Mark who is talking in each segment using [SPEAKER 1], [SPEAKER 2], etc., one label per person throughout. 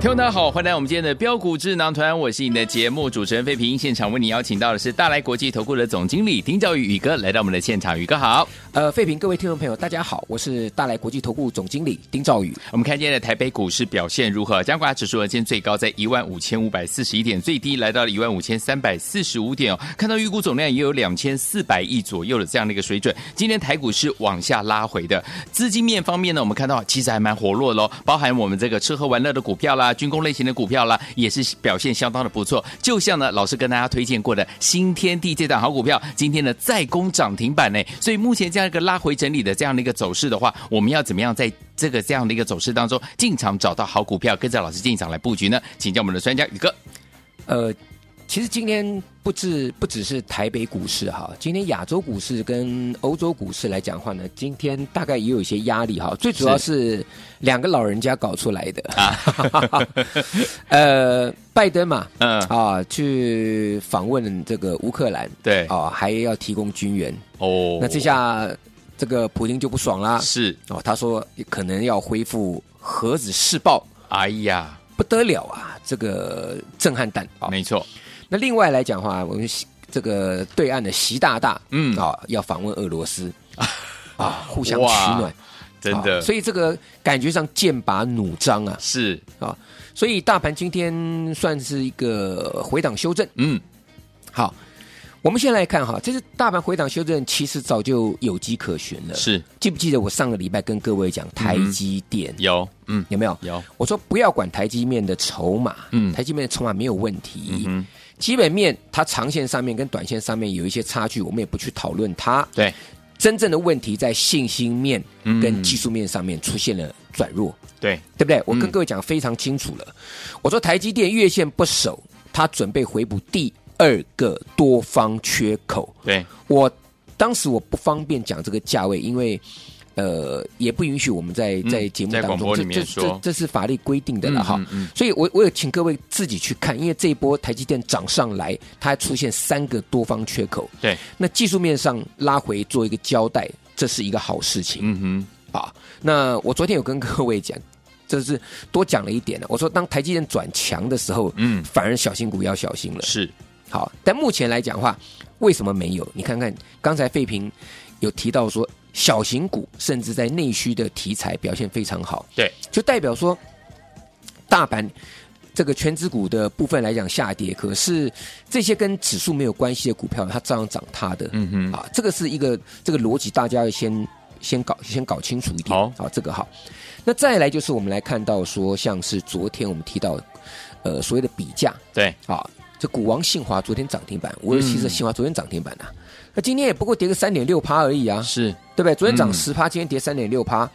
[SPEAKER 1] 听众大家好，欢迎来到我们今天的标股智囊团，我是你的节目主持人费平。现场为你邀请到的是大来国际投顾的总经理丁兆宇宇哥来到我们的现场，宇哥好。
[SPEAKER 2] 呃，费平，各位听众朋友，大家好，我是大来国际投顾总经理丁兆宇。
[SPEAKER 1] 我们看今天的台北股市表现如何？加权指数呢，今天最高在一万五千五百四十一点，最低来到了一万五千三百四十五点哦。看到预估总量也有两千四百亿左右的这样的一个水准。今天台股是往下拉回的。资金面方面呢，我们看到其实还蛮活络喽，包含我们这个吃喝玩乐的股票啦、军工类型的股票啦，也是表现相当的不错。就像呢，老师跟大家推荐过的新天地这档好股票，今天呢再攻涨停板呢。所以目前这样一个拉回整理的这样的一个走势的话，我们要怎么样在这个这样的一个走势当中进场找到好股票，跟着老师进场来布局呢？请教我们的专家宇哥。
[SPEAKER 2] 呃，其实今天不止不只是台北股市哈，今天亚洲股市跟欧洲股市来讲话呢，今天大概也有一些压力哈。最主要是两个老人家搞出来的啊， 呃，拜登嘛，
[SPEAKER 1] 嗯
[SPEAKER 2] 啊，去访问这个乌克兰，
[SPEAKER 1] 对
[SPEAKER 2] 啊，还要提供军援，
[SPEAKER 1] 哦
[SPEAKER 2] 那这下这个普京就不爽啦，
[SPEAKER 1] 是，
[SPEAKER 2] 哦，他说可能要恢复核子试爆，
[SPEAKER 1] 哎呀，
[SPEAKER 2] 不得了啊！这个震撼弹啊、
[SPEAKER 1] 没错，
[SPEAKER 2] 那另外来讲的话，我们习这个对岸的习大大，
[SPEAKER 1] 嗯
[SPEAKER 2] 啊、要访问俄罗斯啊，互相取
[SPEAKER 1] 哇
[SPEAKER 2] 暖，
[SPEAKER 1] 真的，
[SPEAKER 2] 啊所以这个感觉上剑拔弩张啊
[SPEAKER 1] 是，
[SPEAKER 2] 啊！所以大盘今天算是一个回档修正。
[SPEAKER 1] 嗯，
[SPEAKER 2] 好，我们先来看哈，这是大盘回档修正，其实早就有迹可循了。
[SPEAKER 1] 是嗯
[SPEAKER 2] 记不记得我上个礼拜跟各位讲台积电？
[SPEAKER 1] 有，嗯，
[SPEAKER 2] 有没有？
[SPEAKER 1] 有，
[SPEAKER 2] 我说不要管台积面的筹码，
[SPEAKER 1] 嗯
[SPEAKER 2] 台积面的筹码没有问题，
[SPEAKER 1] 嗯
[SPEAKER 2] 基本面它长线上面跟短线上面有一些差距，我们也不去讨论它。
[SPEAKER 1] 对，
[SPEAKER 2] 真正的问题在信心面
[SPEAKER 1] 嗯
[SPEAKER 2] 跟技术面上面出现了转弱，
[SPEAKER 1] 对，
[SPEAKER 2] 对不对？我
[SPEAKER 1] 嗯
[SPEAKER 2] 跟各位讲非常清楚了，我说台积电月线不守，它准备回补第二个多方缺口。
[SPEAKER 1] 对，
[SPEAKER 2] 我当时我不方便讲这个价位，因为呃也不允许我们在
[SPEAKER 1] 嗯
[SPEAKER 2] 在节目
[SPEAKER 1] 在
[SPEAKER 2] 当
[SPEAKER 1] 广播
[SPEAKER 2] 中，
[SPEAKER 1] 里
[SPEAKER 2] 这
[SPEAKER 1] 面
[SPEAKER 2] 这
[SPEAKER 1] 说
[SPEAKER 2] 这这是法律规定的了哈。
[SPEAKER 1] 嗯嗯嗯
[SPEAKER 2] 所以我我有请各位自己去看，因为这一波台积电涨上来，它还出现三个多方缺口，
[SPEAKER 1] 对，
[SPEAKER 2] 那技术面上拉回做一个交代，这是一个好事情、
[SPEAKER 1] 嗯哼，
[SPEAKER 2] 啊。那我昨天有跟各位讲。这是多讲了一点了。我说，当台积电转强的时候，
[SPEAKER 1] 嗯
[SPEAKER 2] 反而小新股要小心了。
[SPEAKER 1] 是，
[SPEAKER 2] 好，但目前来讲的话，为什么没有？你看看刚才费平有提到说，小型股甚至在内需的题材表现非常好，
[SPEAKER 1] 对，
[SPEAKER 2] 就代表说大盘。这个全指股的部分来讲下跌，可是这些跟指数没有关系的股票，它照样涨它的。
[SPEAKER 1] 嗯哼，
[SPEAKER 2] 啊，这个是一个这个逻辑，大家要先先搞先搞清楚一点。
[SPEAKER 1] 好
[SPEAKER 2] 啊，这个好。那再来就是我们来看到说，像是昨天我们提到，呃，所谓的比价，
[SPEAKER 1] 对，
[SPEAKER 2] 啊，这股王信华昨天涨停板，五二
[SPEAKER 1] 嗯
[SPEAKER 2] 七四信华昨天涨停板啊，那今天也不过跌个三点六趴而已啊，
[SPEAKER 1] 是，
[SPEAKER 2] 对不对？昨天涨
[SPEAKER 1] 嗯
[SPEAKER 2] 十趴，今天跌三点六趴。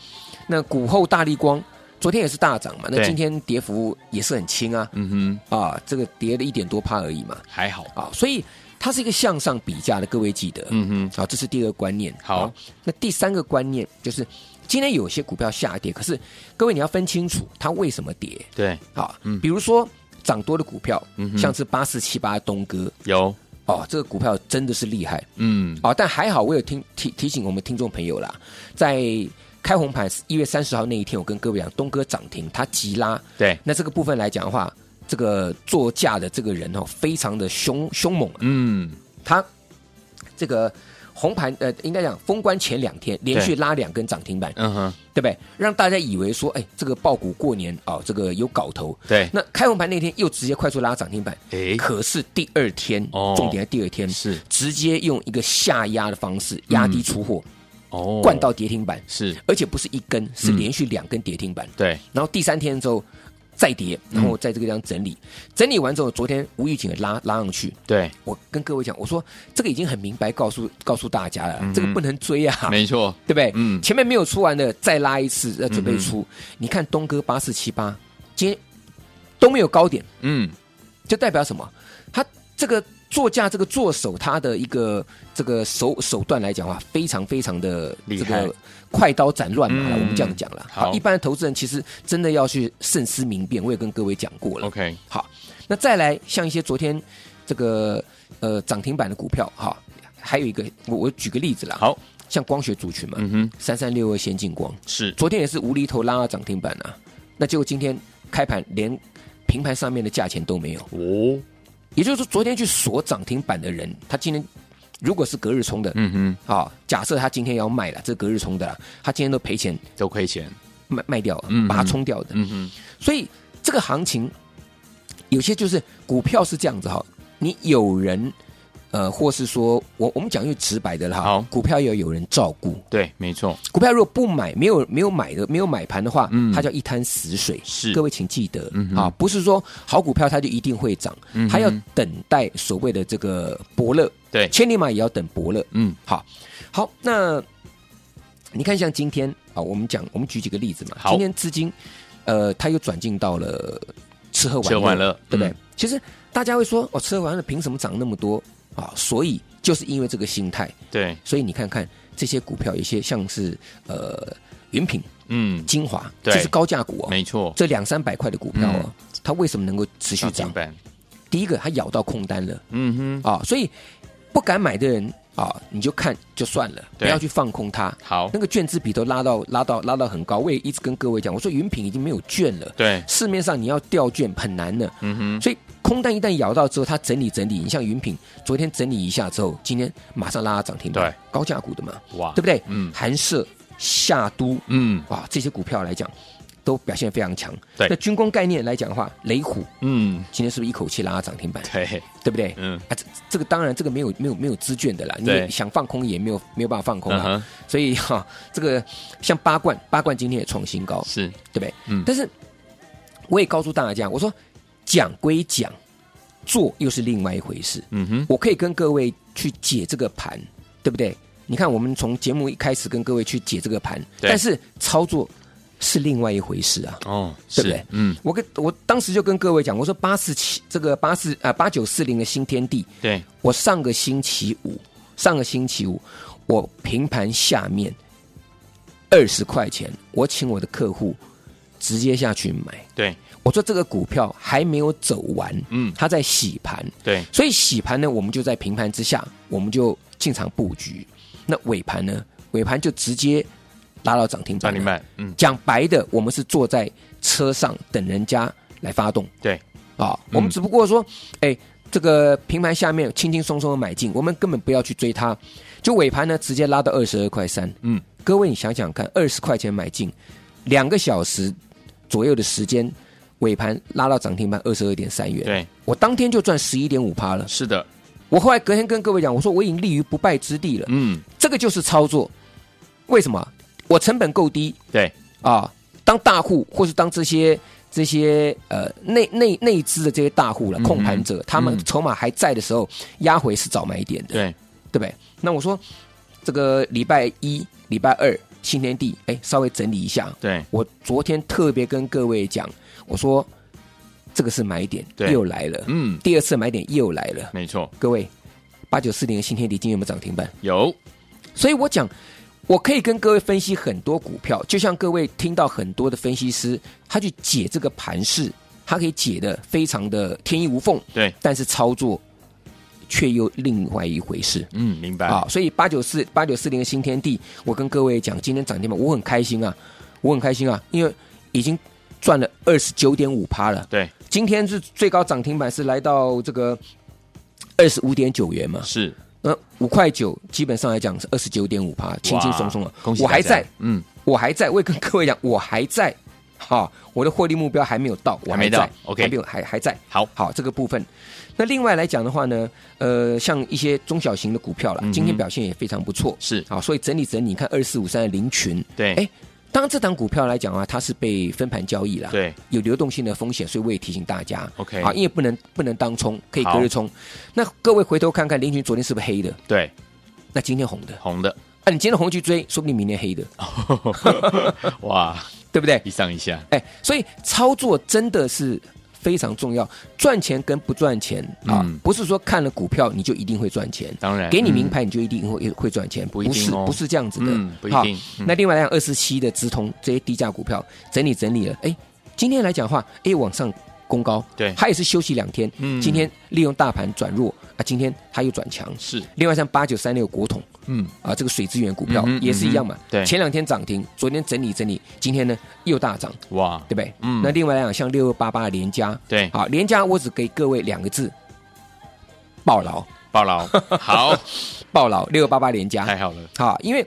[SPEAKER 2] 那股后大力光昨天也是大涨嘛，那
[SPEAKER 1] 对
[SPEAKER 2] 今天跌幅也是很轻啊，
[SPEAKER 1] 嗯
[SPEAKER 2] 啊，这个跌了一点多趴而已嘛，
[SPEAKER 1] 哼，还好，
[SPEAKER 2] 啊，所以它是一个向上比价的，各位记得，
[SPEAKER 1] 嗯哼，
[SPEAKER 2] 好，这是第二个观念。
[SPEAKER 1] 好
[SPEAKER 2] 那第三个观念就是，今天有些股票下跌，可是各位你要分清楚它为什么跌。
[SPEAKER 1] 对，
[SPEAKER 2] 好，
[SPEAKER 1] 嗯
[SPEAKER 2] 比如说涨多的股票，
[SPEAKER 1] 嗯哼
[SPEAKER 2] 像是八四七八东哥，
[SPEAKER 1] 有，
[SPEAKER 2] 哦，这个股票真的是厉害
[SPEAKER 1] 嗯，
[SPEAKER 2] 哦，但还好我有听提提醒我们听众朋友啦，在开红盘一月三十号那一天，我跟各位讲，东哥涨停，它急拉，
[SPEAKER 1] 对，
[SPEAKER 2] 那这个部分来讲的话，这个做价的这个人哦，非常的凶凶猛啊，
[SPEAKER 1] 嗯，
[SPEAKER 2] 它这个红盘呃，应该讲封关前两天连续拉两根涨停板，对
[SPEAKER 1] 嗯哼，
[SPEAKER 2] 不对？让大家以为说，哎，这个爆股过年哦，这个有搞头。
[SPEAKER 1] 对，
[SPEAKER 2] 那开红盘那天又直接快速拉涨停板，
[SPEAKER 1] 哎
[SPEAKER 2] 可是第二天，
[SPEAKER 1] 哦
[SPEAKER 2] 重点在第二天
[SPEAKER 1] 是
[SPEAKER 2] 直接用一个下压的方式压低出货，
[SPEAKER 1] 哦
[SPEAKER 2] 灌到跌停板，
[SPEAKER 1] 是，
[SPEAKER 2] 而且不是一根，是
[SPEAKER 1] 嗯
[SPEAKER 2] 连续两根跌停板。
[SPEAKER 1] 对，
[SPEAKER 2] 然后第三天之后，再跌，然后在这个地方整理，
[SPEAKER 1] 嗯
[SPEAKER 2] 整理完之后，昨天吴玉景也拉拉上去，
[SPEAKER 1] 对，
[SPEAKER 2] 我跟各位讲，我说这个已经很明白告诉告诉大家了，这个不能追啊，
[SPEAKER 1] 嗯没错，
[SPEAKER 2] 对不对？
[SPEAKER 1] 嗯
[SPEAKER 2] 前面没有出完的，再拉一次，要准备出。你看东哥八四七八，今天都没有高点，
[SPEAKER 1] 嗯，
[SPEAKER 2] 就代表什么？他这个座驾、这个坐手，他的一个这个手手段来讲的话，非常非常的
[SPEAKER 1] 厉
[SPEAKER 2] 这
[SPEAKER 1] 害
[SPEAKER 2] 个快刀斩乱麻了。
[SPEAKER 1] 嗯
[SPEAKER 2] 我们这样讲了，
[SPEAKER 1] 好
[SPEAKER 2] 一般的投资人其实真的要去慎思明辨，我也跟各位讲过了。
[SPEAKER 1] OK，
[SPEAKER 2] 好，那再来像一些昨天这个呃涨停板的股票哈，还有一个我我举个例子啦，
[SPEAKER 1] 好，
[SPEAKER 2] 像光学族群嘛，
[SPEAKER 1] 嗯哼，
[SPEAKER 2] 三三六二先进光，
[SPEAKER 1] 是，
[SPEAKER 2] 昨天也是无厘头拉到涨停板啊，那结果今天开盘连平盘上面的价钱都没有，
[SPEAKER 1] 哦，
[SPEAKER 2] 也就是说昨天去锁涨停板的人，他今天如果是隔日冲的，
[SPEAKER 1] 嗯哼，
[SPEAKER 2] 好、假设他今天要卖了，这隔日冲的啦，他今天都赔钱
[SPEAKER 1] 都亏钱，
[SPEAKER 2] 卖卖掉了
[SPEAKER 1] 嗯，
[SPEAKER 2] 把它冲掉的，
[SPEAKER 1] 嗯哼，
[SPEAKER 2] 所以这个行情有些就是股票是这样子哈，你有人呃，或是说我我们讲句直白的了
[SPEAKER 1] 好
[SPEAKER 2] 哈，股票要有人照顾，
[SPEAKER 1] 对，没错，
[SPEAKER 2] 股票如果不买，没有没有买的没有买盘的话，
[SPEAKER 1] 嗯
[SPEAKER 2] 它叫一滩死水。
[SPEAKER 1] 是
[SPEAKER 2] 各位请记得、
[SPEAKER 1] 嗯哼
[SPEAKER 2] 啊，不是说好股票它就一定会涨，
[SPEAKER 1] 嗯哼
[SPEAKER 2] 它要等待所谓的这个伯乐，
[SPEAKER 1] 对，
[SPEAKER 2] 千里马也要等伯乐。
[SPEAKER 1] 嗯，
[SPEAKER 2] 好，好，那你看，像今天啊，我们讲，我们举几个例子嘛。
[SPEAKER 1] 好
[SPEAKER 2] 今天资金，呃，它又转进到了吃喝玩
[SPEAKER 1] 吃喝
[SPEAKER 2] 乐，
[SPEAKER 1] 玩乐
[SPEAKER 2] 对不对？
[SPEAKER 1] 嗯
[SPEAKER 2] 其实大家会说，哦，吃喝玩乐凭什么涨那么多啊？所以就是因为这个心态，
[SPEAKER 1] 嗯对，
[SPEAKER 2] 所以你看看这些股票，有些像是呃云品、
[SPEAKER 1] 嗯，
[SPEAKER 2] 精华，
[SPEAKER 1] 对
[SPEAKER 2] 这是高价股哦，
[SPEAKER 1] 没错，嗯
[SPEAKER 2] 这两三百块的股票哦，它为什么能够持续
[SPEAKER 1] 涨
[SPEAKER 2] 涨
[SPEAKER 1] 停？板，
[SPEAKER 2] 第一个，它咬到空单了。
[SPEAKER 1] 嗯哼，
[SPEAKER 2] 啊，所以不敢买的人啊，你就看就算了，不
[SPEAKER 1] 对
[SPEAKER 2] 要去放空它。
[SPEAKER 1] 好，
[SPEAKER 2] 那个券资比都拉到拉到拉到很高，我也一直跟各位讲，我说云品已经没有券了，
[SPEAKER 1] 对，
[SPEAKER 2] 市面上你要调券很难的，
[SPEAKER 1] 嗯哼，
[SPEAKER 2] 所以空单一旦咬到之后，它整理整理，你像云品昨天整理一下之后，今天马上拉到涨停板，
[SPEAKER 1] 对，
[SPEAKER 2] 高价股的嘛，
[SPEAKER 1] 哇
[SPEAKER 2] 对不对？
[SPEAKER 1] 嗯
[SPEAKER 2] 韩舍、夏都
[SPEAKER 1] 嗯
[SPEAKER 2] 哇这些股票来讲，都表现非常强。
[SPEAKER 1] 对
[SPEAKER 2] 那军工概念来讲的话，雷虎
[SPEAKER 1] 嗯，
[SPEAKER 2] 今天是不是一口气拉到涨停板？
[SPEAKER 1] 对，
[SPEAKER 2] 对不对？
[SPEAKER 1] 嗯
[SPEAKER 2] 啊，这这个当然这个没有没有没有资券的啦，你
[SPEAKER 1] 对
[SPEAKER 2] 想放空也没有没有办法放空
[SPEAKER 1] 嗯
[SPEAKER 2] 啊。
[SPEAKER 1] 哼，
[SPEAKER 2] 所以 哈、这个像八冠，八冠今天也创新高，
[SPEAKER 1] 是，
[SPEAKER 2] 对不对？
[SPEAKER 1] 嗯
[SPEAKER 2] 但是我也告诉大家，我说讲归讲，做又是另外一回事。
[SPEAKER 1] 嗯哼，
[SPEAKER 2] 我可以跟各位去解这个盘，对不对？你看，我们从节目一开始跟各位去解这个盘，
[SPEAKER 1] 对
[SPEAKER 2] 但是操作是另外一回事啊。
[SPEAKER 1] 哦，
[SPEAKER 2] 对不
[SPEAKER 1] 是
[SPEAKER 2] 对，
[SPEAKER 1] 嗯，
[SPEAKER 2] 我跟我当时就跟各位讲，我说八四七这个八四啊八九四零的新天地，
[SPEAKER 1] 对，
[SPEAKER 2] 我上个星期五，上个星期五，我平盘下面二十块钱，我请我的客户直接下去买。
[SPEAKER 1] 对，
[SPEAKER 2] 我说这个股票还没有走完，
[SPEAKER 1] 嗯
[SPEAKER 2] 它在洗盘，
[SPEAKER 1] 对，
[SPEAKER 2] 所以洗盘呢，我们就在平盘之下，我们就进场布局。那尾盘呢，尾盘就直接拉到涨停板
[SPEAKER 1] 涨
[SPEAKER 2] 了。
[SPEAKER 1] 停板，嗯，
[SPEAKER 2] 讲白的，我们是坐在车上等人家来发动。
[SPEAKER 1] 对，嗯
[SPEAKER 2] 啊、我们只不过说，哎，这个平盘下面轻轻松松的买进，我们根本不要去追它，就尾盘呢直接拉到二十二块三。
[SPEAKER 1] 嗯，
[SPEAKER 2] 各位你想想看，二十块钱买进，两个小时左右的时间，尾盘拉到涨停板二十二点三元。
[SPEAKER 1] 对，
[SPEAKER 2] 我当天就赚十一点五趴了。
[SPEAKER 1] 是的，
[SPEAKER 2] 我后来隔天跟各位讲，我说我已经立于不败之地了，
[SPEAKER 1] 嗯，
[SPEAKER 2] 这个就是操作。为什么？我成本够低，
[SPEAKER 1] 对，
[SPEAKER 2] 啊，当大户或是当这些这些呃内内内资的这些大户了，
[SPEAKER 1] 嗯哼
[SPEAKER 2] 控盘者，他们
[SPEAKER 1] 嗯
[SPEAKER 2] 筹码还在的时候，压回是早买点的，
[SPEAKER 1] 对，
[SPEAKER 2] 对不对？那我说这个礼拜一、礼拜二新天地，哎，稍微整理一下。
[SPEAKER 1] 对，
[SPEAKER 2] 我昨天特别跟各位讲，我说这个是买点，
[SPEAKER 1] 对
[SPEAKER 2] 又来了，
[SPEAKER 1] 嗯，
[SPEAKER 2] 第二次买点又来了，
[SPEAKER 1] 没错，
[SPEAKER 2] 各位。八九四零的新天地今天有没有涨停板？
[SPEAKER 1] 有，
[SPEAKER 2] 所以我讲，我可以跟各位分析很多股票，就像各位听到很多的分析师，他去解这个盘势，他可以解的非常的天衣无缝，
[SPEAKER 1] 对，
[SPEAKER 2] 但是操作却又另外一回事。
[SPEAKER 1] 嗯，明白，
[SPEAKER 2] 啊，所以八九四八九四零的新天地，我跟各位讲，今天涨停板，我很开心啊，我很开心啊，因为已经赚了二十九点五趴了。
[SPEAKER 1] 对，
[SPEAKER 2] 今天是最高涨停板是来到这个二十五点九元嘛，
[SPEAKER 1] 是，
[SPEAKER 2] 那五块九基本上来讲是二十九点五趴，轻轻松松了
[SPEAKER 1] 哇。恭喜，
[SPEAKER 2] 我还在，，
[SPEAKER 1] 嗯，
[SPEAKER 2] 我还在，我也跟各位讲，我还在。好，我的获利目标还没有到，我
[SPEAKER 1] 还没
[SPEAKER 2] 在
[SPEAKER 1] 到，OK
[SPEAKER 2] 还没有，还还在。
[SPEAKER 1] 好，
[SPEAKER 2] 好，这个部分。那另外来讲的话呢，呃，像一些中小型的股票啦，
[SPEAKER 1] 嗯哼
[SPEAKER 2] 今天表现也非常不错。
[SPEAKER 1] 是，
[SPEAKER 2] 好，所以整理整理，你看二四五三的林群，
[SPEAKER 1] 对，
[SPEAKER 2] 哎，当然，这档股票来讲啊，它是被分盘交易啦，
[SPEAKER 1] 对，
[SPEAKER 2] 有流动性的风险，所以我也提醒大家
[SPEAKER 1] OK
[SPEAKER 2] 啊，因为不能不能当冲，可以
[SPEAKER 1] 好
[SPEAKER 2] 隔日冲。那各位回头看看，林群昨天是不是黑的？
[SPEAKER 1] 对，
[SPEAKER 2] 那今天红的，
[SPEAKER 1] 红 的，
[SPEAKER 2] 啊，你今天红去追，说不定明天黑的，
[SPEAKER 1] 哇，
[SPEAKER 2] 对不对
[SPEAKER 1] 一？上一下，
[SPEAKER 2] 哎，所以操作真的是非常重要，赚钱跟不赚钱啊，
[SPEAKER 1] 嗯
[SPEAKER 2] 不是说看了股票你就一定会赚钱，
[SPEAKER 1] 当然
[SPEAKER 2] 给你名牌你就一定会会赚钱，
[SPEAKER 1] 嗯不一定
[SPEAKER 2] 是
[SPEAKER 1] 哦
[SPEAKER 2] 不是这样子的
[SPEAKER 1] 嗯，不一
[SPEAKER 2] 好
[SPEAKER 1] 定。嗯
[SPEAKER 2] 那另外来讲，二十七的直通这些低价股票整理整理了，哎，今天来讲的话，哎，往上攻高，
[SPEAKER 1] 对
[SPEAKER 2] 它也是休息两天，
[SPEAKER 1] 嗯
[SPEAKER 2] 今天利用大盘转弱啊，今天它又转强。
[SPEAKER 1] 是，
[SPEAKER 2] 另外像八九三六国统
[SPEAKER 1] 嗯，
[SPEAKER 2] 啊，这个水资源股票
[SPEAKER 1] 嗯哼
[SPEAKER 2] 也是一样嘛
[SPEAKER 1] 嗯哼，对
[SPEAKER 2] 前两天涨停，昨天整理整理，今天呢又大涨，
[SPEAKER 1] 哇，
[SPEAKER 2] 对不对？
[SPEAKER 1] 嗯
[SPEAKER 2] 那另外来讲，像六六八八的联家，
[SPEAKER 1] 对，
[SPEAKER 2] 好，联家我只给各位两个字，暴牢，
[SPEAKER 1] 暴 劳，好，
[SPEAKER 2] 暴牢，六六八八联家，
[SPEAKER 1] 太好了，
[SPEAKER 2] 好，因为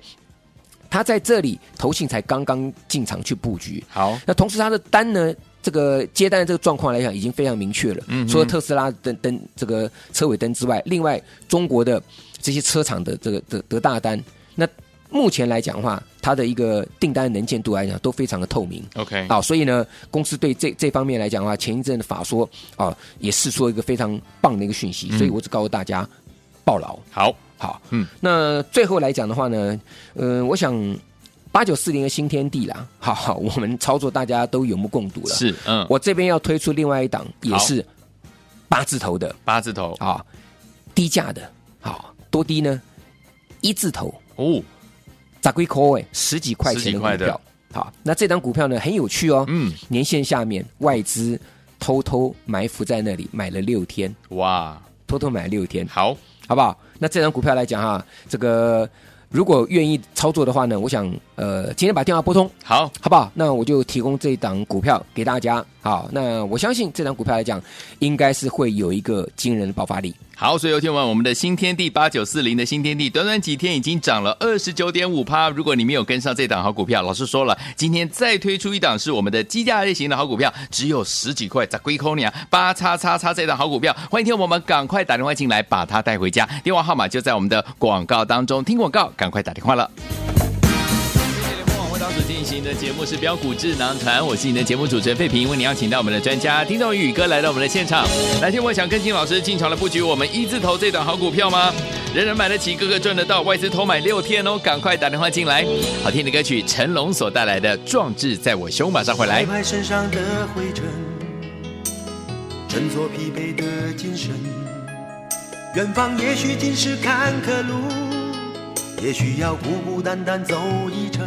[SPEAKER 2] 他在这里投信才刚刚进场去布局，
[SPEAKER 1] 好，
[SPEAKER 2] 那同时他的单呢，这个接单的这个状况来讲已经非常明确了。
[SPEAKER 1] 嗯哼
[SPEAKER 2] 除了特斯拉灯灯这个车尾灯之外，另外中国的这些车厂的这个得得大单，那目前来讲的话，它的一个订单能见度来讲都非常的透明。
[SPEAKER 1] OK，
[SPEAKER 2] 啊、所以呢，公司对这这方面来讲的话，前一阵的法说啊、也释出了一个非常棒的一个讯息，
[SPEAKER 1] 嗯
[SPEAKER 2] 所以我只告诉大家，暴牢。
[SPEAKER 1] 好，
[SPEAKER 2] 好，
[SPEAKER 1] 嗯
[SPEAKER 2] 嗯，那最后来讲的话呢，呃，我想八九四零的新天地啦，好 好，我们操作大家都有目共睹了。，
[SPEAKER 1] 是，嗯，
[SPEAKER 2] 我这边要推出另外一档，也
[SPEAKER 1] 好
[SPEAKER 2] 是八字头的
[SPEAKER 1] 八字头，
[SPEAKER 2] 啊，低价的，好多低呢，一字头，
[SPEAKER 1] 哦，
[SPEAKER 2] 咋归扣哎，十几块
[SPEAKER 1] 十
[SPEAKER 2] 钱
[SPEAKER 1] 几
[SPEAKER 2] 的
[SPEAKER 1] 块
[SPEAKER 2] 股
[SPEAKER 1] 的
[SPEAKER 2] 票。好，那这档股票呢很有趣哦，
[SPEAKER 1] 嗯，
[SPEAKER 2] 年线下面外资偷偷埋伏在那里买了六天，
[SPEAKER 1] 哇，
[SPEAKER 2] 偷偷买了六天，
[SPEAKER 1] 好，
[SPEAKER 2] 好不好？那这张股票来讲哈，这个如果愿意操作的话呢，我想呃，今天把电话拨通，
[SPEAKER 1] 好，
[SPEAKER 2] 好不好？那我就提供这档股票给大家。好，那我相信这档股票来讲，应该是会有一个惊人的爆发力。
[SPEAKER 1] 好，所以有听完我们的新天地八九四零的新天地，短短几天已经涨了二十九点五趴。如果你没有跟上这档好股票，老师说了，今天再推出一档是我们的低价类型的好股票，只有十几块，咋龟抠你啊？八叉叉叉这档好股票，欢迎听我们赶快打电话进来把它带回家，电话号码就在我们的广告当中，听广告赶快打电话了。我们当时进行的节目是标股智囊团，我是你的节目主持人费平，为你邀请到我们的专家丁兆宇宇哥来到我们的现场。来天我想跟金老师进场来布局我们一字头这档好股票吗？人人买得起，个个赚得到，外资偷买六天哦，赶快打电话进来。好听的歌曲，成龙所带来的《壮志在我胸》，马上回来
[SPEAKER 3] 拍。拍身上的灰尘，振作疲惫的精神。远方也许尽是坎坷路，也许要孤孤单单走一程。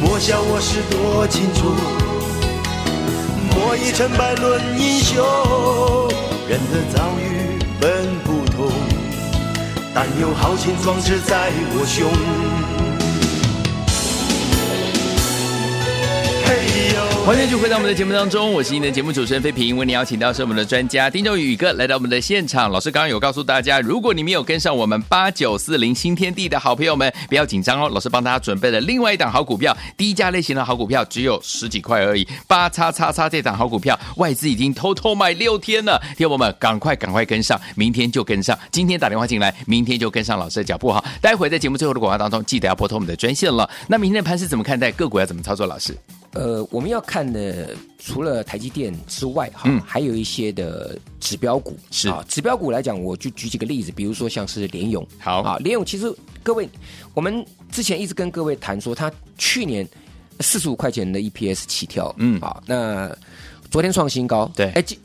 [SPEAKER 3] 莫笑我是多情种，莫以成败论英雄。人的遭遇本不同，但有豪情壮志在我胸。嘿呦。
[SPEAKER 1] 欢迎继续回到我们的节目当中，我是您的节目主持人费平，为您邀请到是我们的专家丁兆宇宇哥来到我们的现场。老师刚刚有告诉大家，如果你没有跟上我们八九四零新天地的好朋友们，不要紧张哦，老师帮大家准备了另外一档好股票，低价类型的好股票只有十几块而已，八叉叉叉这档好股票外资已经偷偷卖六天了，听友们赶快赶快跟上，明天就跟上，今天打电话进来，明天就跟上老师的脚步哈。待会在节目最后的广告当中，记得要拨通我们的专线了。那明天的盘是怎么看待？个股要怎么操作？老师，
[SPEAKER 2] 呃，我们要看的除了台积电之外，哈、
[SPEAKER 1] 嗯
[SPEAKER 2] 还有一些的指标股。
[SPEAKER 1] 是
[SPEAKER 2] 啊，指标股来讲，我就举几个例子，比如说像是联勇。
[SPEAKER 1] 好
[SPEAKER 2] 啊，联勇其实各位，我们之前一直跟各位谈说，它去年四十五块钱的 EPS 起跳，
[SPEAKER 1] 嗯
[SPEAKER 2] 好，那昨天创新高，
[SPEAKER 1] 对
[SPEAKER 2] 哎今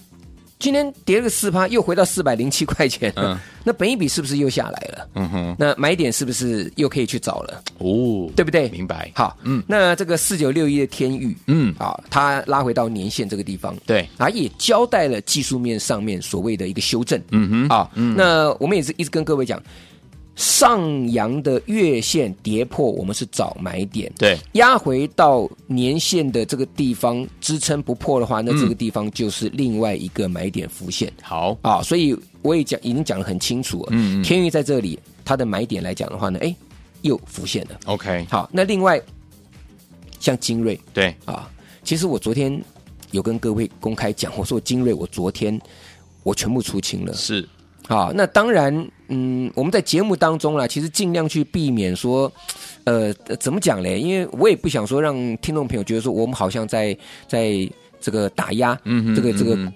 [SPEAKER 2] 今天跌了个四趴，又回到四百零七块钱，
[SPEAKER 1] 嗯
[SPEAKER 2] 嗯，那本一比是不是又下来了？
[SPEAKER 1] 嗯哼，
[SPEAKER 2] 那买点是不是又可以去找了？
[SPEAKER 1] 哦，
[SPEAKER 2] 对不对？
[SPEAKER 1] 明白。
[SPEAKER 2] 好，
[SPEAKER 1] 嗯
[SPEAKER 2] 嗯，那这个四九六一的天域，
[SPEAKER 1] 嗯
[SPEAKER 2] 啊，它拉回到年线这个地方，
[SPEAKER 1] 对
[SPEAKER 2] 啊，也交代了技术面上面所谓的一个修正，
[SPEAKER 1] 嗯哼
[SPEAKER 2] 啊，那我们也是一直跟各位讲，上扬的月线跌破，我们是找买点。
[SPEAKER 1] 对，
[SPEAKER 2] 压回到年线的这个地方支撑不破的话，那这个
[SPEAKER 1] 嗯
[SPEAKER 2] 地方就是另外一个买点浮现。
[SPEAKER 1] 好，
[SPEAKER 2] 啊，所以我也讲已经讲得很清楚了。
[SPEAKER 1] 嗯嗯
[SPEAKER 2] 天域在这里，它的买点来讲的话呢，哎，又浮现了。
[SPEAKER 1] ，OK，
[SPEAKER 2] 好，那另外像精锐
[SPEAKER 1] 对，
[SPEAKER 2] 啊，其实我昨天有跟各位公开讲，我说精锐，我昨天我全部出清了。
[SPEAKER 1] 是，
[SPEAKER 2] 啊，那当然，嗯，我们在节目当中啦，其实尽量去避免说，呃，呃怎么讲嘞？因为我也不想说让听众朋友觉得说我们好像在在这个打压，
[SPEAKER 1] 嗯哼
[SPEAKER 2] 这个这个
[SPEAKER 1] 嗯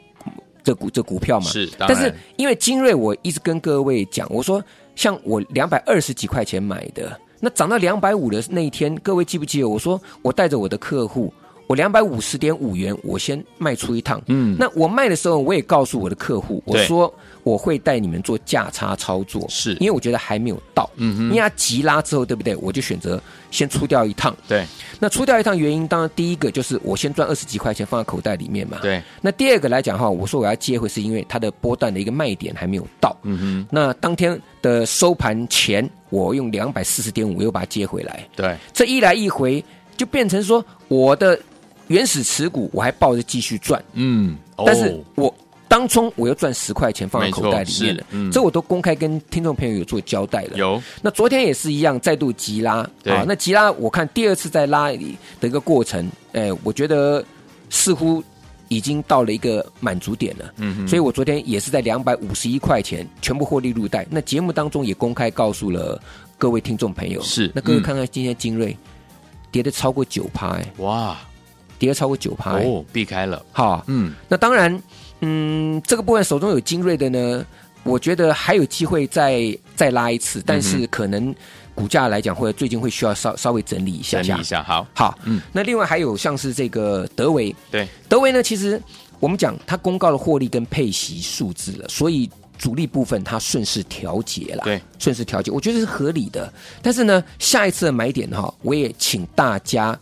[SPEAKER 2] 这股这股票嘛，
[SPEAKER 1] 是，当
[SPEAKER 2] 但是
[SPEAKER 1] 然
[SPEAKER 2] 因为精锐，我一直跟各位讲，我说像我两百二十几块钱买的，那涨到两百五的那一天，各位记不记得？我说我带着我的客户，我两百五十点五元，我先卖出一趟。
[SPEAKER 1] 嗯
[SPEAKER 2] 那我卖的时候，我也告诉我的客户，我
[SPEAKER 1] 对
[SPEAKER 2] 说我会带你们做价差操作，
[SPEAKER 1] 是
[SPEAKER 2] 因为我觉得还没有到，
[SPEAKER 1] 嗯哼
[SPEAKER 2] 因为它急拉之后，对不对？我就选择先出掉一趟。
[SPEAKER 1] 对
[SPEAKER 2] 那出掉一趟原因，当然第一个就是我先赚二十几块钱放在口袋里面嘛。
[SPEAKER 1] 对，
[SPEAKER 2] 那第二个来讲哈，我说我要接回，是因为它的波段的一个卖点还没有到。
[SPEAKER 1] 嗯哼，
[SPEAKER 2] 那当天的收盘前，我用两百四十点五又把它接回来，
[SPEAKER 1] 对，
[SPEAKER 2] 这一来一回就变成说我的原始持股我还抱着继续赚，
[SPEAKER 1] 嗯，哦
[SPEAKER 2] 但是我当中我又赚十块钱放在口袋
[SPEAKER 1] 没
[SPEAKER 2] 里
[SPEAKER 1] 错
[SPEAKER 2] 面了
[SPEAKER 1] 是，嗯
[SPEAKER 2] 这我都公开跟听众朋友有做交代了。
[SPEAKER 1] 有，
[SPEAKER 2] 那昨天也是一样，再度急拉
[SPEAKER 1] 对
[SPEAKER 2] 啊。那急拉，我看第二次在拉里的一个过程，哎，我觉得似乎已经到了一个满足点了。
[SPEAKER 1] 嗯哼，
[SPEAKER 2] 所以我昨天也是在两百五十一块钱全部获利入袋。那节目当中也公开告诉了各位听众朋友，
[SPEAKER 1] 是
[SPEAKER 2] 那各位
[SPEAKER 1] 嗯
[SPEAKER 2] 看看今天精锐跌的超过九趴，哎
[SPEAKER 1] 哇，
[SPEAKER 2] 跌的超过九趴，哎
[SPEAKER 1] 哦，避开了，
[SPEAKER 2] 好，
[SPEAKER 1] 嗯，
[SPEAKER 2] 那当然，嗯，这个部分手中有精锐的呢，我觉得还有机会再再拉一
[SPEAKER 1] 嗯
[SPEAKER 2] 次，但是可能股价来讲，或者最近会需要稍稍微整理一下
[SPEAKER 1] 整
[SPEAKER 2] 下
[SPEAKER 1] 理一。下，好，
[SPEAKER 2] 好，
[SPEAKER 1] 嗯
[SPEAKER 2] 嗯，那另外还有像是这个德维，
[SPEAKER 1] 对，
[SPEAKER 2] 德维呢，其实我们讲它公告了获利跟配息数字了，所以主力部分它顺势调节了，
[SPEAKER 1] 对，
[SPEAKER 2] 顺势调节，我觉得是合理的。但是呢，下一次的买点哈、我也请大家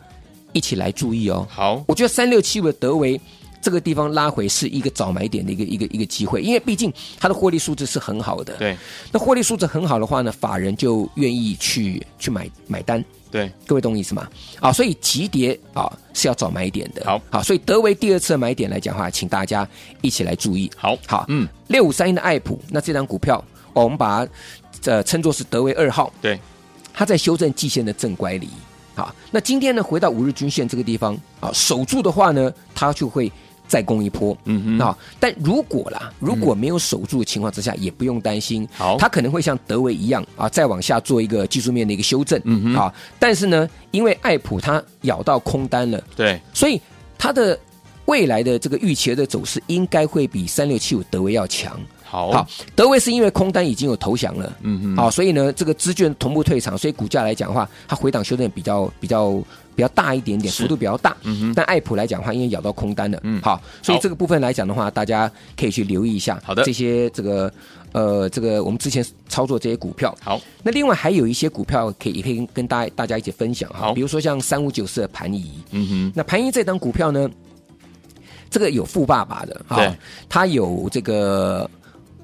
[SPEAKER 2] 一起来注意哦。
[SPEAKER 1] 好，
[SPEAKER 2] 我觉得三六七五的德维这个地方拉回是一个早买点的一个一个一个机会，因为毕竟它的获利数字是很好的。，
[SPEAKER 1] 对
[SPEAKER 2] 那获利数字很好的话呢，法人就愿意去去买买单。
[SPEAKER 1] 对，
[SPEAKER 2] 各位懂我意思吗？啊，所以急跌啊是要找买点的。
[SPEAKER 1] 好
[SPEAKER 2] 好，所以德维第二次的买点来讲的话，请大家一起来注意。
[SPEAKER 1] 好，
[SPEAKER 2] 好，
[SPEAKER 1] 嗯，
[SPEAKER 2] 六五三一的爱普，那这张股票哦，我们把它呃称作是德维二号，
[SPEAKER 1] 对，
[SPEAKER 2] 它在修正季线的正乖离。好，那今天呢，回到五日均线这个地方啊，守住的话呢，它就会再攻一波。
[SPEAKER 1] 嗯哼，嗯
[SPEAKER 2] 啊，但如果啦，如果没有守住的情况之下，也不用担心，
[SPEAKER 1] 好
[SPEAKER 2] 它可能会像德维一样啊，再往下做一个技术面的一个修正，
[SPEAKER 1] 嗯哼
[SPEAKER 2] 啊，但是呢，因为艾普它咬到空单了，
[SPEAKER 1] 对，
[SPEAKER 2] 所以它的未来的这个预期的走势应该会比三六七五德维要强。
[SPEAKER 1] 好，
[SPEAKER 2] 好，，德维是因为空单已经有投降了，
[SPEAKER 1] 哦嗯哼，
[SPEAKER 2] 好、所以呢，这个资券同步退场，所以股价来讲的话，它回档修正比较比较比较大一点点，
[SPEAKER 1] 是
[SPEAKER 2] 幅度比较大。
[SPEAKER 1] 嗯哼
[SPEAKER 2] 但爱普来讲的话，因为咬到空单了，
[SPEAKER 1] 嗯
[SPEAKER 2] 好，所以
[SPEAKER 1] 好
[SPEAKER 2] 这个部分来讲的话，大家可以去留意一下。
[SPEAKER 1] 好的
[SPEAKER 2] 这些这个呃，这个我们之前操作这些股票，
[SPEAKER 1] 好，
[SPEAKER 2] 那另外还有一些股票可以也可以跟跟大家大家一起分享哈
[SPEAKER 1] 好，
[SPEAKER 2] 比如说像三五九四的盘仪，
[SPEAKER 1] 嗯哼，
[SPEAKER 2] 那盘仪这档股票呢，这个有富爸爸的
[SPEAKER 1] 对，
[SPEAKER 2] 它有这个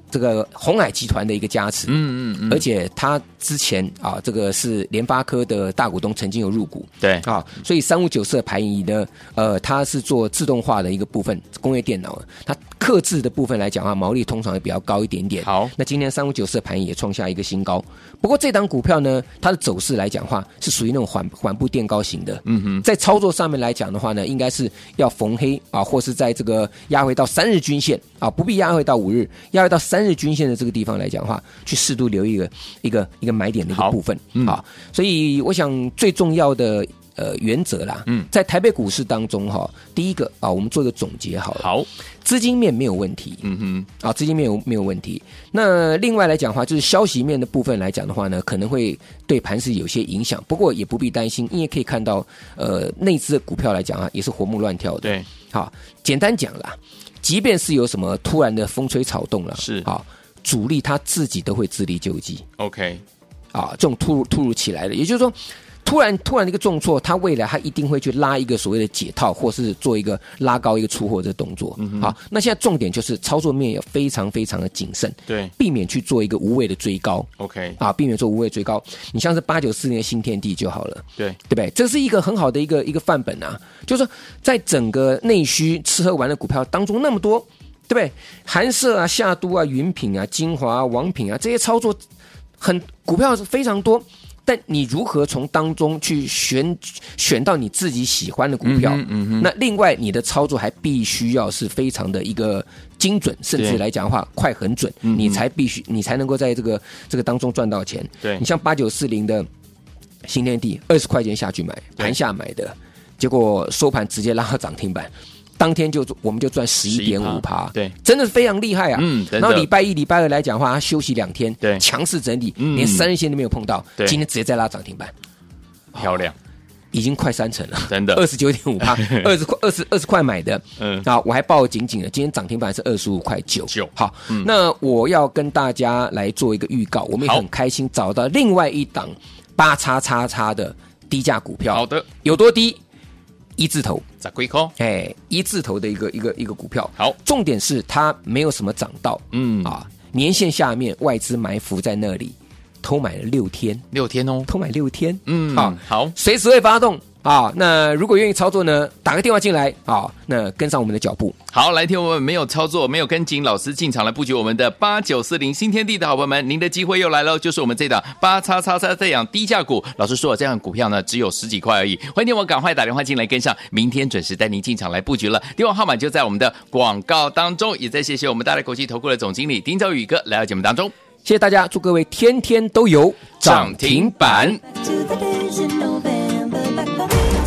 [SPEAKER 2] 这个红海集团的一个加持，
[SPEAKER 1] 嗯嗯嗯，
[SPEAKER 2] 而且它之前啊，这个是联发科的大股东曾经有入股
[SPEAKER 1] 对，
[SPEAKER 2] 啊，所以三五九四的盘仪呢，呃，它是做自动化的一个部分，工业电脑的，它克制的部分来讲啊，毛利通常也比较高一点点。
[SPEAKER 1] 好，
[SPEAKER 2] 那今天三五九四的盘也创下一个新高，不过这档股票呢，它的走势来讲的话是属于那种缓缓步垫高型的，
[SPEAKER 1] 嗯哼，
[SPEAKER 2] 在操作上面来讲的话呢，应该是要逢黑啊，或是在这个压回到三日均线啊，不必压回到五日，压回到三日均线的这个地方来讲的话，去适度留意一个一个一个买点的一个
[SPEAKER 1] 好
[SPEAKER 2] 部分、
[SPEAKER 1] 嗯
[SPEAKER 2] 啊。所以我想最重要的呃原则啦，
[SPEAKER 1] 嗯
[SPEAKER 2] 在台北股市当中哈、第一个啊，我们做一个总结好了，
[SPEAKER 1] 好，
[SPEAKER 2] 资金面没有问题，
[SPEAKER 1] 嗯哼，
[SPEAKER 2] 啊，资金面有没有问题？那另外来讲的话，就是消息面的部分来讲的话呢，可能会对盘势有些影响，不过也不必担心，因为可以看到，呃，内资的股票来讲啊，也是活蹦乱跳的。，
[SPEAKER 1] 对，
[SPEAKER 2] 好，简单讲啦，即便是有什么突然的风吹草动了，
[SPEAKER 1] 是
[SPEAKER 2] 好，主力他自己都会自力救济
[SPEAKER 1] OK，
[SPEAKER 2] 啊，这种突如突如其来的，也就是说，突然突然的一个重挫，它未来它一定会去拉一个所谓的解套，或是做一个拉高一个出货的动作。
[SPEAKER 1] 嗯
[SPEAKER 2] 好，那现在重点就是操作面要非常非常的谨慎，
[SPEAKER 1] 对
[SPEAKER 2] 避免去做一个无谓的追高。
[SPEAKER 1] ，OK，
[SPEAKER 2] 啊，避免做无谓追高。你像是八九四年的新天地就好了，
[SPEAKER 1] 对
[SPEAKER 2] 对不对？这是一个很好的一个一个范本啊，就是说在整个内需吃喝玩的股票当中那么多，对不对？韩舍啊、夏都啊、云品啊、精华、啊、王品啊这些操作很股票是非常多。但你如何从当中去选选到你自己喜欢的股票？
[SPEAKER 1] 嗯哼嗯哼
[SPEAKER 2] 那另外你的操作还必须要是非常的一个精准，甚至
[SPEAKER 1] 对嗯
[SPEAKER 2] 来讲的话快很准，你才必须你才能够在这个这个当中赚到钱。
[SPEAKER 1] 对
[SPEAKER 2] 你像八九四零的新天地，二十块钱下去买，盘下买的，结果收盘直接拉到涨停板。当天就我们就赚十一点五趴，
[SPEAKER 1] 对
[SPEAKER 2] 真的是非常厉害啊！
[SPEAKER 1] 嗯真的
[SPEAKER 2] 然后礼拜一、礼拜二来讲的话，它休息两天，
[SPEAKER 1] 对
[SPEAKER 2] 强势整理，
[SPEAKER 1] 嗯
[SPEAKER 2] 连三日线都没有碰到，
[SPEAKER 1] 对
[SPEAKER 2] 今天直接再拉涨停板，
[SPEAKER 1] 漂亮，
[SPEAKER 2] 已经快三成了，
[SPEAKER 1] 真的
[SPEAKER 2] 二十九点 五趴，二十块二十二十块买的，
[SPEAKER 1] 嗯
[SPEAKER 2] 啊，我还抱紧紧的，今天涨停板是二十五块九
[SPEAKER 1] 九嗯
[SPEAKER 2] 好，那我要跟大家来做一个预告，我们也
[SPEAKER 1] 好
[SPEAKER 2] 很开心找到另外一档八叉叉叉的低价股票，
[SPEAKER 1] 好的，
[SPEAKER 2] 有多低？一字头，
[SPEAKER 1] 咋归扣？
[SPEAKER 2] 哎，一字头的一个一个一个股票，
[SPEAKER 1] 好
[SPEAKER 2] 重点是它没有什么涨到，
[SPEAKER 1] 嗯
[SPEAKER 2] 啊，年线下面外资埋伏在那里，偷买了六天，
[SPEAKER 1] 六天哦，
[SPEAKER 2] 偷买六天，
[SPEAKER 1] 嗯，
[SPEAKER 2] 好
[SPEAKER 1] 好，
[SPEAKER 2] 随时会发动啊。那如果愿意操作呢，打个电话进来啊，那跟上我们的脚步。
[SPEAKER 1] 好，来听我们没有操作、没有跟紧老师进场来布局我们的八九四零新天地的好朋友们，您的机会又来喽！就是我们这档八叉叉叉这样低价股，老师说了，这样股票呢只有十几块而已，欢迎我赶快打电话进来跟上，明天准时带您进场来布局了。电话号码就在我们的广告当中，也再谢谢我们大来国际投顾的总经理丁兆宇哥来到节目当中，
[SPEAKER 2] 谢谢大家，祝各位天天都有涨停板。
[SPEAKER 4] Back to the days in November, back when